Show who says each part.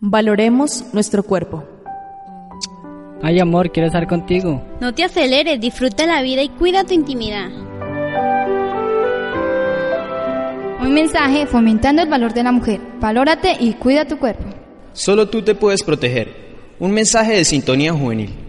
Speaker 1: Valoremos nuestro cuerpo.
Speaker 2: Ay, amor, quiero estar contigo.
Speaker 3: No te aceleres, disfruta la vida y cuida tu intimidad.
Speaker 4: Un mensaje fomentando el valor de la mujer. Valórate y cuida tu cuerpo.
Speaker 5: Solo tú te puedes proteger. Un mensaje de sintonía juvenil.